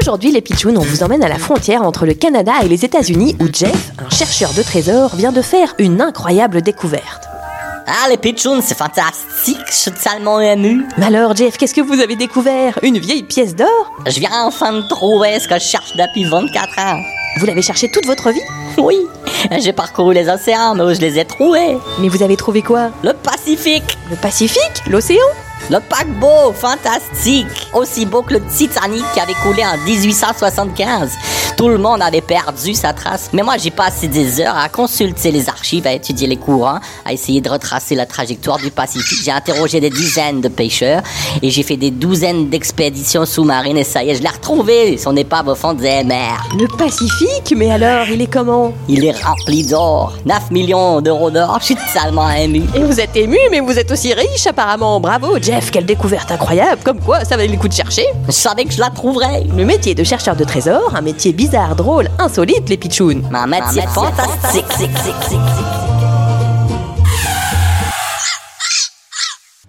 Aujourd'hui, les Pichounes, on vous emmène à la frontière entre le Canada et les États-Unis où Jeff, un chercheur de trésors, vient de faire une incroyable découverte. Ah, les pitchouns, c'est fantastique, je suis tellement ému. Mais alors, Jeff, qu'est-ce que vous avez découvert Une vieille pièce d'or Je viens enfin de trouver ce que je cherche depuis 24 ans. Vous l'avez cherchée toute votre vie Oui, j'ai parcouru les océans, mais où je les ai trouvés. Mais vous avez trouvé quoi Le Pacifique, Le Pacifique L'océan le paquebot, fantastique. Aussi beau que le Titanic qui avait coulé en 1875. Tout le monde avait perdu sa trace. Mais moi, j'ai passé des heures à consulter les archives, à étudier les courants, à essayer de retracer la trajectoire du Pacifique. J'ai interrogé des dizaines de pêcheurs et j'ai fait des douzaines d'expéditions sous-marines. Et ça y est, je l'ai retrouvé, son épave au fond des mers. Le Pacifique Mais alors, il est comment Il est rempli d'or. 9 millions d'euros d'or. Je suis totalement ému. Et vous êtes ému, mais vous êtes aussi riche apparemment. Bravo, Jeff, quelle découverte incroyable. Comme quoi, ça valait le coup de chercher. Je savais que je la trouverais. Le métier de chercheur de trésors, un métier bizarre, drôle, insolite, les pitchounes. Ma matière fantastique.